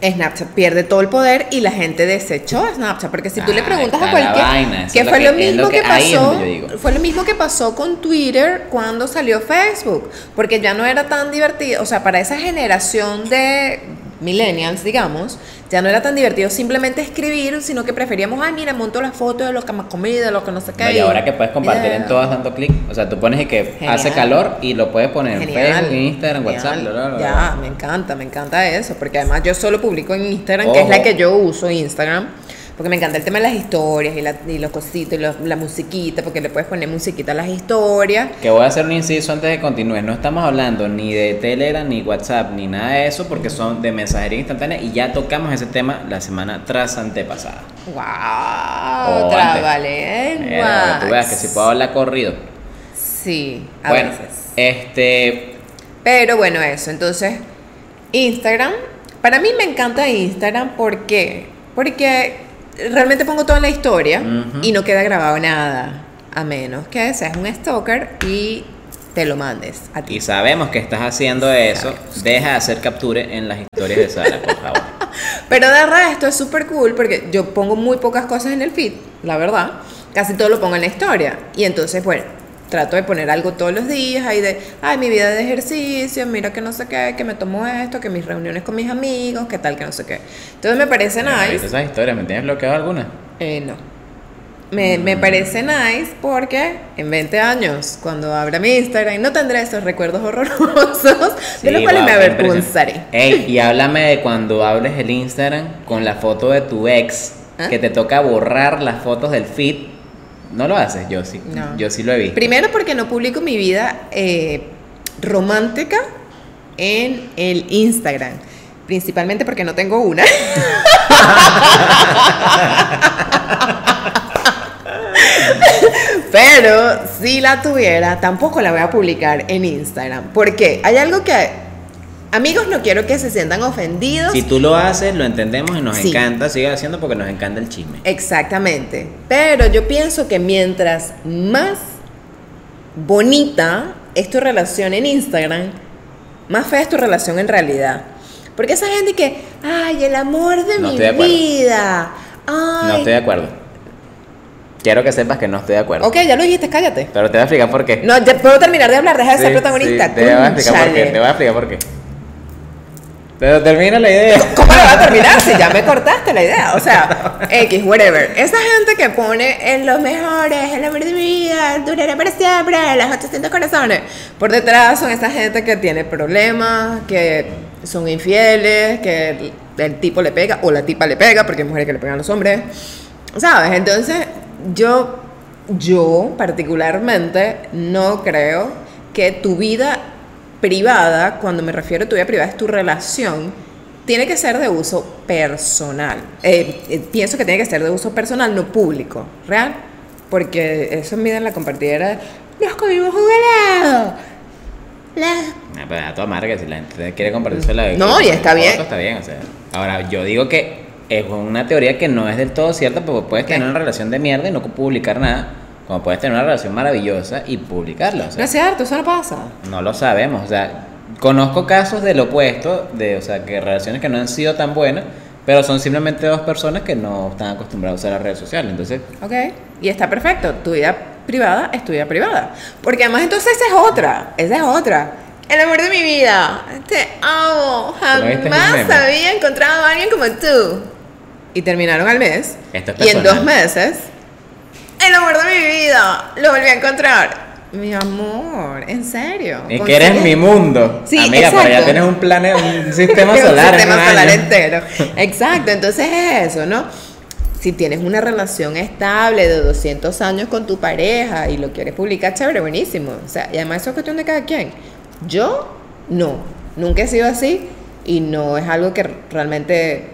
S1: Snapchat pierde todo el poder y la gente desechó a Snapchat porque si tú le
S2: Ah,
S1: preguntas a
S2: está la
S1: cualquier
S2: vaina, eso
S1: que
S2: es lo
S1: fue
S2: que-
S1: lo
S2: es lo
S1: mismo que,
S2: que- ahí es
S1: pasó
S2: donde yo digo.
S1: fue lo mismo que pasó con Twitter cuando salió Facebook porque ya no era tan divertido o sea para esa generación de millennials digamos ya no era tan divertido simplemente escribir sino que preferíamos ay mira monto las fotos de lo que más comí de lo que no sé qué
S2: No, y ahora que puedes compartir en
S1: Yeah.
S2: todas dando clic. O sea, tú pones y que
S1: Genial.
S2: hace calor y lo puedes poner en
S1: Genial.
S2: Facebook, Instagram,
S1: genial.
S2: WhatsApp, bla, bla, bla,
S1: Ya, me encanta, me encanta eso, porque además yo solo publico en Instagram, que es
S2: Ojo.
S1: la que yo uso Instagram, porque me encanta el tema de las historias y, la, y los cositos y los- la musiquita, porque le puedes poner musiquita a las historias.
S2: Que voy a hacer un inciso antes de continuar. No estamos hablando ni de Telegram, ni WhatsApp, ni nada de eso, porque son de mensajería instantánea y ya tocamos ese tema la semana tras antepasada.
S1: ¡Wow!
S2: O antes. Pero para
S1: Trabalengua.
S2: que tú veas que si puedo hablar corrido.
S1: Sí, a
S2: bueno,
S1: veces.
S2: este.
S1: Pero bueno, eso. Entonces, Instagram. Para mí me encanta Instagram. ¿Por qué? Porque realmente pongo toda la historia
S2: Ujú.
S1: y no queda grabado nada. A menos que seas un stalker y te lo mandes a ti.
S2: Y sabemos que estás haciendo eso. Deja de hacer capture en las historias de Sara, por favor.
S1: Pero de resto es súper cool porque yo pongo muy pocas cosas en el feed, la verdad. Casi todo lo pongo en la historia. Y entonces, bueno, trato de poner algo todos los días ahí de, ay, mi vida de ejercicio, mira que no sé qué, que me tomo esto, que mis reuniones con mis amigos, que tal, que no sé qué. Entonces me parece
S2: Ahorita
S1: nice.
S2: Esas historias, ¿me tienes bloqueado alguna?
S1: Eh, no. Me, me parece nice porque en 20 años, cuando abra mi Instagram, no tendré esos recuerdos horrorosos de los
S2: Sí,
S1: cuales
S2: guau,
S1: me
S2: qué impresionante.
S1: avergonzaré.
S2: Ey, y háblame de cuando abres el Instagram con la foto de tu ex,
S1: ¿Ah?
S2: que te toca borrar las fotos del feed. No lo haces, yo sí.
S1: No.
S2: Yo sí lo he visto.
S1: Primero porque no publico mi vida eh, romántica en el Instagram. Principalmente porque no tengo una. Pero si la tuviera, tampoco la voy a publicar en Instagram. Porque hay algo que... Amigos, no quiero que se sientan ofendidos.
S2: si tú lo haces, lo entendemos y nos
S1: Sí.
S2: encanta. Sigue haciendo porque nos encanta el chisme.
S1: Exactamente. Pero yo pienso que mientras más bonita es tu relación en Instagram, más fea es tu relación en realidad. Porque esa gente que, ay, el amor de
S2: No
S1: mi
S2: estoy de acuerdo.
S1: vida. Ay.
S2: No estoy de acuerdo. Quiero que sepas que no estoy de acuerdo.
S1: Ok, ya lo dijiste, cállate.
S2: Pero te voy a explicar por qué.
S1: No, ya puedo terminar de hablar, deja de
S2: Sí,
S1: ser protagonista.
S2: sí, te voy a explicar por qué.
S1: Cónchale.
S2: Te voy a explicar por qué. Pero termina la idea.
S1: ¿Cómo la vas a terminar si ya me cortaste la idea? O sea, X, whatever. Esa gente que pone en los mejores, en la amor de mi vida, durará para siempre, las 800 corazones. Por detrás son esa gente que tiene problemas, que son infieles, que el, el tipo le pega o la tipa le pega, porque hay mujeres que le pegan a los hombres. ¿Sabes? Entonces, yo, yo particularmente no creo que tu vida privada, cuando me refiero a tu vida privada, es tu relación tiene que ser de uso personal. Eh, eh, pienso que tiene que ser de uso personal, no público. ¿Real? Porque eso mira en la compartidera. Nos comimos un helado. La-
S2: pues, Ah, pero a toda marca, si la gente quiere compartirse la
S1: No, y está bien.
S2: Está bien, o sea. Ahora, yo digo que es una teoría que no es del todo cierta porque puedes
S1: ¿Qué?
S2: tener una relación de mierda y no publicar nada, como puedes tener una relación maravillosa y publicarla. O sea,
S1: No es cierto, eso no pasa.
S2: no lo sabemos. O sea, conozco casos del opuesto, de, o sea, que relaciones que no han sido tan buenas, pero son simplemente dos personas que no están acostumbradas a usar las redes sociales. Entonces,
S1: Ok. Y está perfecto. Tu vida privada es tu vida privada. Porque además entonces esa es otra. Esa es otra. El amor de mi vida. Te amo.
S2: Pero ahí está el
S1: Jamás
S2: meme.
S1: había encontrado a alguien como tú. Y terminaron al mes.
S2: Esto es
S1: y en
S2: personal.
S1: dos meses. El amor de mi vida. Lo volví a encontrar. Mi amor, en serio.
S2: es que eres mi
S1: Consigue-
S2: mundo.
S1: Sí,
S2: Amiga, pero ya
S1: exacto.
S2: tienes un planeta, un sistema
S1: Tiene un
S2: solar. en
S1: sistema
S2: un
S1: solar
S2: año.
S1: entero. Exacto, entonces es eso, ¿no? Si tienes una relación estable de 200 años con tu pareja y lo quieres publicar, chévere, buenísimo. O sea, y además eso es cuestión de cada quien. Yo no, nunca he sido así y no es algo que realmente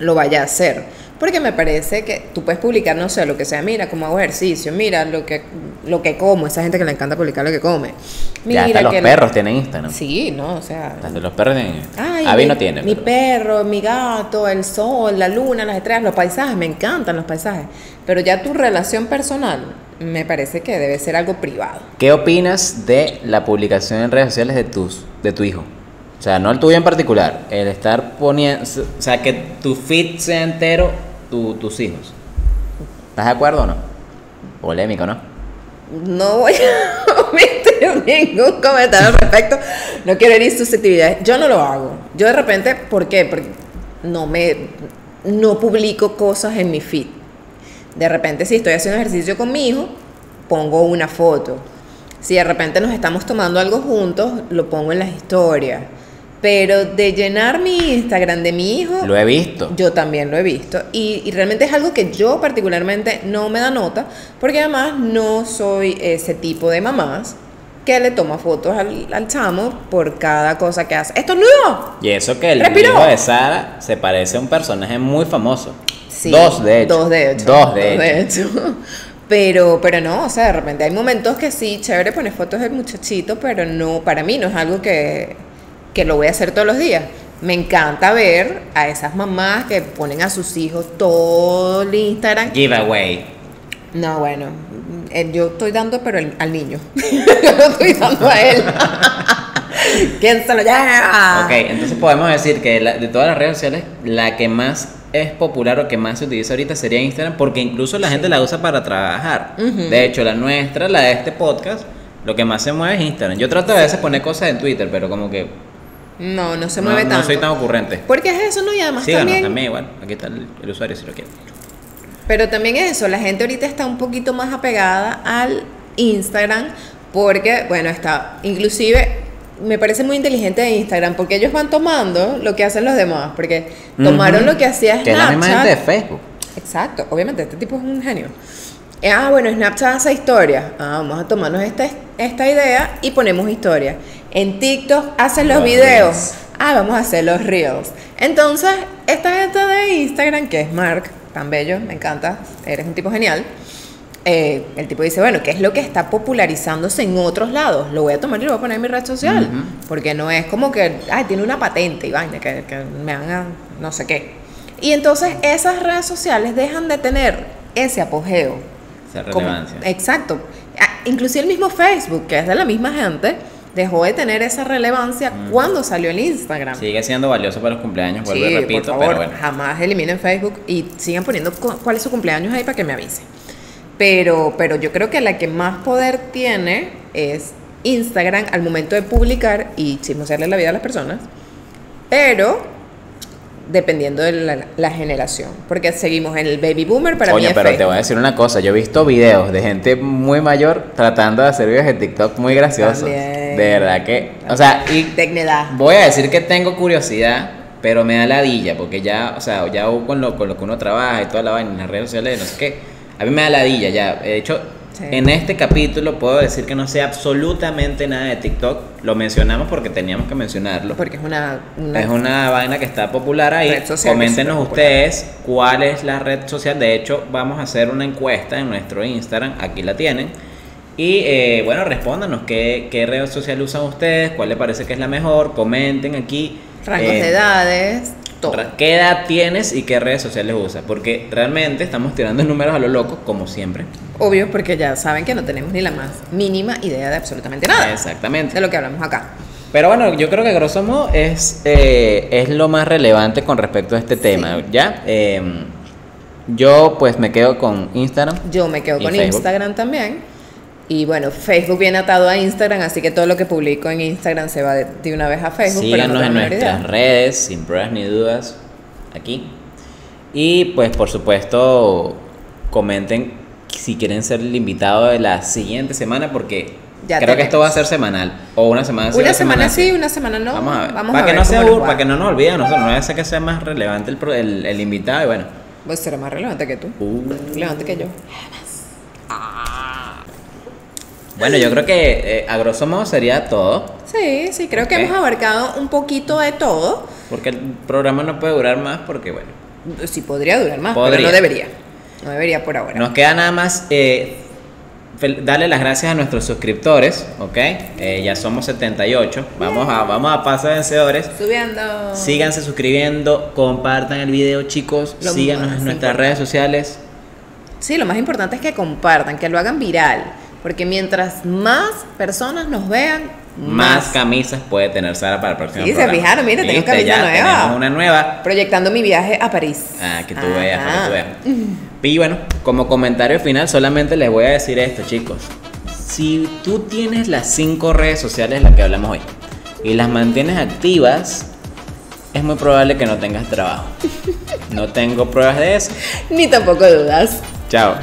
S1: lo vaya a hacer. Porque me parece que tú puedes publicar, no sé, lo que sea, mira cómo hago ejercicio, mira lo que, lo que como, esa gente que le encanta publicar lo que come.
S2: Ya
S1: Mira
S2: hasta los
S1: que-
S2: perros tienen Instagram.
S1: Sí, no, o sea,
S2: Hasta los perros tienen
S1: Ay,
S2: Abby
S1: mi,
S2: no tiene.
S1: Mi
S2: pero-
S1: perro, mi gato, el sol, la luna, las estrellas, los paisajes, me encantan los paisajes. Pero ya tu relación personal me parece que debe ser algo privado.
S2: ¿Qué opinas de la publicación en redes sociales de tus, de tu hijo? O sea, no el tuyo en particular, el estar poniendo, o sea, que tu feed sea entero tu- tus hijos. ¿Estás de acuerdo o no? Polémico, ¿no?
S1: No voy a omitir ningún comentario al respecto. No quiero herir susceptibilidades. Yo no lo hago. Yo de repente, ¿por qué? Porque no me no publico cosas en mi feed. De repente, si estoy haciendo ejercicio con mi hijo, pongo una foto. Si de repente nos estamos tomando algo juntos, lo pongo en las historias. Pero de llenar mi Instagram de mi hijo,
S2: Lo he visto.
S1: yo también lo he visto. Y, y realmente es algo que yo particularmente no me da nota, porque además no soy ese tipo de mamás que le toma fotos al, al chamo por cada cosa que hace. ¡Esto es nuevo!
S2: Y eso que el
S1: Respiró.
S2: hijo de Sara se parece a un personaje muy famoso.
S1: Sí,
S2: dos de hecho.
S1: Dos de hecho.
S2: Dos de hecho.
S1: hecho. Pero, pero no, o sea, de repente hay momentos que sí, chévere poner fotos del muchachito, pero no, para mí no es algo que, que lo voy a hacer todos los días. Me encanta ver a esas mamás que ponen a sus hijos todo el Instagram
S2: Giveaway.
S1: No, bueno, eh, yo estoy dando, pero el- al niño. yo no estoy dando a él. ¿Quién se lo lleva?
S2: Ok, entonces podemos decir que la- de todas las redes sociales, la que más es popular o que más se utiliza ahorita sería Instagram, porque incluso la gente la usa para trabajar. De hecho, la nuestra, la de este podcast, lo que más se mueve es Instagram. Yo trato de a veces poner cosas en Twitter, pero como que
S1: No, no se
S2: no,
S1: mueve
S2: no
S1: tanto.
S2: soy tan ocurrente.
S1: Porque es eso, ¿no? Y además
S2: Síganos
S1: también,
S2: también, igual. Aquí está el, el usuario si lo quieren.
S1: Pero también es eso, la gente ahorita está un poquito más apegada al Instagram porque, bueno, está, inclusive me parece muy inteligente de Instagram porque ellos van tomando lo que hacen los demás, porque tomaron
S2: Ujú.
S1: lo que hacía Snapchat.
S2: Que es la misma gente de Facebook.
S1: Exacto, obviamente, este tipo es un genio. Eh, Ah, bueno, Snapchat hace historias. Ah, vamos a tomarnos esta, esta idea y ponemos historias. En TikTok hacen los
S2: Los
S1: videos.
S2: reels.
S1: Ah, vamos a hacer los reels. Entonces, esta gente de Instagram, que es Mark, tan bello, me encanta, eres un tipo genial. eh, el tipo dice, bueno, ¿qué es lo que está popularizándose en otros lados? Lo voy a tomar y lo voy a poner en mi red social.
S2: Ujú.
S1: Porque no es como que, ay, tiene una patente y vaina, que, que me van a no sé qué. Y entonces esas redes sociales dejan de tener ese apogeo.
S2: Esa
S1: Como-
S2: relevancia.
S1: exacto. Ah, Inclusive el mismo Facebook, que es de la misma gente, dejó de tener esa relevancia cuando salió el Instagram.
S2: Sigue siendo valioso para los cumpleaños, Mm. vuelvo y
S1: Sí,
S2: repito,
S1: por favor,
S2: pero bueno.
S1: jamás eliminen Facebook y sigan poniendo cu- cuál es su cumpleaños ahí para que me avise. Pero, pero yo creo que la que más poder tiene es Instagram al momento de publicar y chismosearle la vida a las personas. Pero dependiendo de la, la generación. Porque seguimos en el baby boomer para
S2: Coño,
S1: mí. es
S2: pero te
S1: Facebook.
S2: voy a decir una cosa, yo he visto videos de gente muy mayor tratando de hacer videos de TikTok muy graciosos.
S1: También.
S2: De verdad que, o sea, y
S1: Dignidad.
S2: voy a decir que tengo curiosidad, pero me da ladilla, porque ya, o sea, ya con lo, con lo que uno trabaja y toda la vaina en las redes sociales, no sé qué, a mí me da ladilla ya. De hecho,
S1: Sí.
S2: en este capítulo puedo decir que no sé absolutamente nada de TikTok, lo mencionamos porque teníamos que mencionarlo.
S1: Porque es una... una-
S2: Es una vaina que está popular ahí.
S1: Red social
S2: Coméntenos
S1: que es superpopular.
S2: ustedes cuál es la red social. De hecho, vamos a hacer una encuesta en nuestro Instagram. Aquí la tienen. Y eh, bueno, respóndanos qué, qué red social usan ustedes, cuál les parece que es la mejor. Comenten aquí.
S1: Rangos
S2: eh,
S1: de edades. todo.
S2: Ra- ¿Qué edad tienes y qué redes sociales usas? Porque realmente estamos tirando números a lo loco, como siempre.
S1: Obvio, porque ya saben que no tenemos ni la más mínima idea de absolutamente nada
S2: Exactamente.
S1: de lo que hablamos acá.
S2: Pero bueno, yo creo que grosso modo es, eh, es lo más relevante con respecto a este tema, ¿ya? Eh, yo pues me quedo con Instagram.
S1: Yo me quedo
S2: Y
S1: con
S2: Facebook.
S1: Instagram también. Y bueno, Facebook viene atado a Instagram, así que todo lo que publico en Instagram se va de, de una vez a Facebook. pero
S2: Síganos
S1: no
S2: en
S1: tengo la menor
S2: nuestras
S1: idea.
S2: redes, sin pruebas ni dudas, aquí. Y pues por supuesto, comenten si quieren ser el invitado de la siguiente semana, porque
S1: Ya
S2: creo que esto
S1: tenemos.
S2: va a ser semanal. O una semana
S1: Una semana sí, una semana no.
S2: Vamos a ver.
S1: Vamos
S2: para
S1: a
S2: que
S1: ver
S2: no se
S1: cómo nos
S2: aburra,
S1: va.
S2: para que no nos olviden a nosotros, no vaya a ser que sea más relevante el, pro- el, el invitado y bueno.
S1: Voy a ser más relevante que tú.
S2: uh.
S1: Relevante que yo.
S2: Bueno, yo creo que eh, a grosso modo sería todo,
S1: Sí, sí, creo
S2: Ok.
S1: que hemos abarcado un poquito de todo.
S2: porque el programa no puede durar más porque bueno,
S1: Sí, podría durar más, pero
S2: Podría.
S1: no debería. No debería por ahora.
S2: nos queda nada más eh, fel- darle las gracias a nuestros suscriptores, ¿ok? Eh, ya somos 78, vamos a, vamos a paso vencedores.
S1: Subiendo.
S2: Síganse suscribiendo, compartan el video chicos,
S1: Lo
S2: síganos
S1: más
S2: en nuestras
S1: importante.
S2: redes sociales.
S1: Sí, lo más importante es que compartan, que lo hagan viral. Porque mientras más personas nos vean,
S2: Más camisas puede tener Sara para el próximo
S1: Sí, se
S2: programa.
S1: fijaron, mira, tengo
S2: Viste,
S1: camisa
S2: ya
S1: nueva.
S2: Tenemos una nueva.
S1: Proyectando mi viaje a París.
S2: Ah, que tú
S1: Ajá.
S2: veas, para que tú veas.
S1: ah.
S2: Y bueno, como comentario final, solamente les voy a decir esto, chicos. Si tú tienes las cinco redes sociales de las que hablamos hoy y las mantienes activas, es muy probable que no tengas trabajo. No tengo pruebas de eso.
S1: Ni tampoco dudas.
S2: Chao.